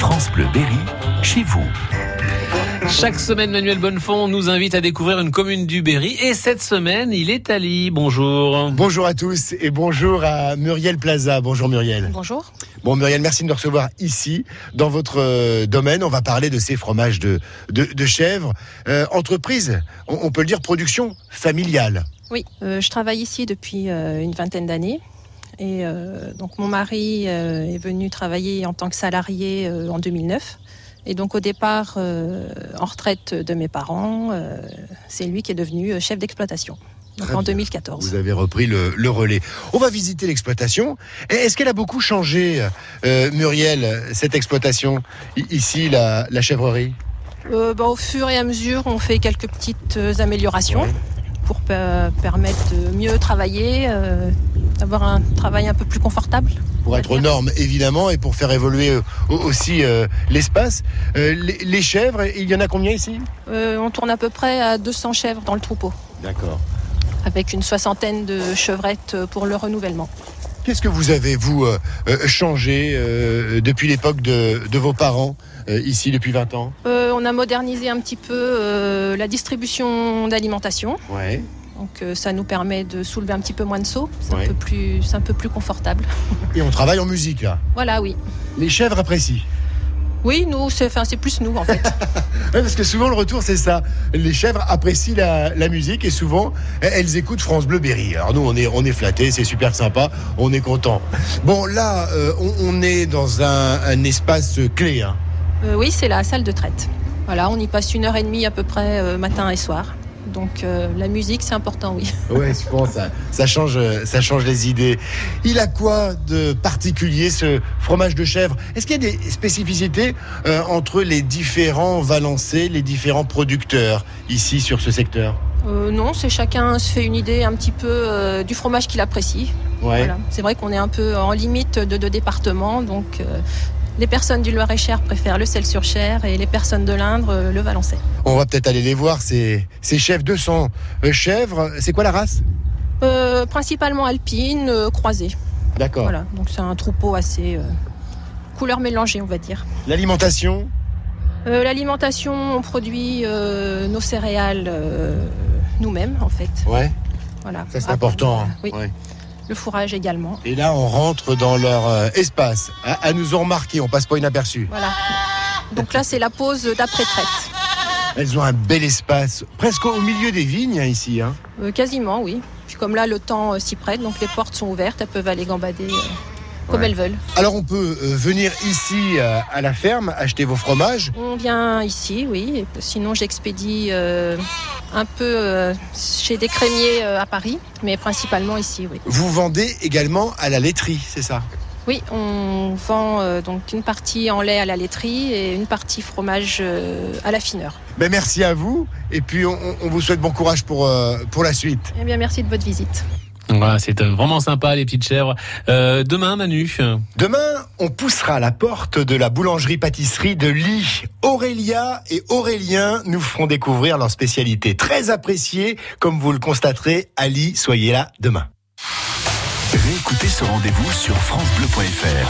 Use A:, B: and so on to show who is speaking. A: France Bleu Berry, chez vous.
B: Chaque semaine, Manuel Bonnefond nous invite à découvrir une commune du Berry. Et cette semaine, il est à Lille. Bonjour.
C: Bonjour à tous et bonjour à Muriel Plaza. Bonjour Muriel.
D: Bonjour.
C: Bon Muriel, merci de me recevoir ici, dans votre euh, domaine. On va parler de ces fromages de, de, de chèvre. Euh, entreprise, on, on peut le dire, production familiale.
D: Oui, euh, je travaille ici depuis euh, une vingtaine d'années. Et euh, donc mon mari euh, est venu travailler en tant que salarié euh, en 2009. Et donc au départ, euh, en retraite de mes parents, euh, c'est lui qui est devenu euh, chef d'exploitation. Donc
C: Très
D: en
C: bien.
D: 2014.
C: Vous avez repris le, le relais. On va visiter l'exploitation. Et Est-ce qu'elle a beaucoup changé, euh, Muriel, cette exploitation, i- ici, la, la chèvrerie
D: Euh, bah, au fur et à mesure, on fait quelques petites euh, améliorations
C: Ouais.
D: pour pe- permettre de mieux travailler, euh, d'avoir un travail un peu plus confortable.
C: pour être aux normes évidemment et pour faire évoluer euh, au- aussi euh, l'espace. Euh, les, les chèvres, il y en a combien ici
D: Euh, on tourne à peu près à 200 chèvres dans le troupeau,
C: D'accord.
D: avec une soixantaine de chevrettes pour le renouvellement.
C: Qu'est-ce que vous avez, vous, euh, euh, changé euh, depuis l'époque de, de vos parents, euh, ici, depuis 20 ans
D: Euh, on a modernisé un petit peu euh, la distribution d'alimentation,
C: Ouais.
D: donc euh, ça nous permet de soulever un petit peu moins de seaux, c'est
C: Ouais.
D: un peu plus, c'est un peu plus confortable.
C: Et on travaille en musique, là.
D: Voilà, oui.
C: Les chèvres apprécient.
D: Oui, nous, c'est, enfin, c'est plus nous en fait.
C: Ouais, parce que souvent, le retour, c'est ça. Les chèvres apprécient la, la musique et souvent, e- elles écoutent France Bleu Berry. Alors, nous, on est, on est flattés, c'est super sympa, on est content. Bon, là, euh, on, on est dans un, un espace clé. hein.
D: Euh, oui, c'est la salle de traite. Voilà, on y passe une heure et demie à peu près euh, matin et soir. Donc euh, la musique, c'est important, oui.
C: Ouais, je pense, ça, ça change, euh, ça change les idées. Il a quoi de particulier ce fromage de chèvre Est-ce qu'il y a des spécificités euh, entre les différents Valencais, les différents producteurs ici sur ce secteur
D: Euh, non, c'est chacun se fait une idée un petit peu euh, du fromage qu'il apprécie.
C: Ouais.
D: Voilà. C'est vrai qu'on est un peu en limite de deux départements, donc euh, les personnes du Loir-et-Cher préfèrent le sel sur chair et les personnes de l'Indre euh, le valençay.
C: On va peut-être aller les voir, ces, ces chefs 200 euh, chèvres. C'est quoi la race
D: Euh, principalement alpine, euh, croisée.
C: D'accord.
D: Voilà, donc c'est un troupeau assez euh, couleur mélangée, on va dire.
C: L'alimentation
D: Euh, L'alimentation, on produit euh, nos céréales euh, nous-mêmes, en fait.
C: Ouais,
D: Voilà.
C: ça c'est
D: Ah,
C: important. hein.
D: Oui,
C: Ouais.
D: le fourrage également.
C: Et là, on rentre dans leur euh, espace. À, à nous ont remarqué, on passe pas inaperçu.
D: Voilà. Donc là, c'est la pause d'après-traite.
C: Elles ont un bel espace, presque au milieu des vignes hein, ici. hein.
D: Euh, quasiment, oui. Puis comme là, le temps euh, s'y prête, donc les portes sont ouvertes, elles peuvent aller gambader euh, comme
C: Ouais.
D: elles veulent.
C: Alors on peut euh, venir ici euh, à la ferme, acheter vos fromages.
D: On vient ici, oui. Et Sinon, j'expédie euh, un peu euh, chez des crémiers euh, à Paris, mais principalement ici, oui.
C: Vous vendez également à la laiterie, c'est ça
D: Oui, on vend euh, donc une partie en lait à la laiterie et une partie fromage euh, à l'affineur.
C: ben, Merci à vous et puis on, on- on vous souhaite bon courage pour, euh, pour la suite.
D: Eh bien, merci de votre visite.
B: Voilà, c'est euh, vraiment sympa, les petites chèvres. Euh, demain, Manu.
C: Demain, on poussera la porte de la boulangerie-pâtisserie de Ly. Aurélia et Aurélien nous feront découvrir leur spécialité. Très appréciée, comme vous le constaterez. Ali, soyez là demain.
A: Réécoutez ce rendez-vous sur FranceBleu.fr.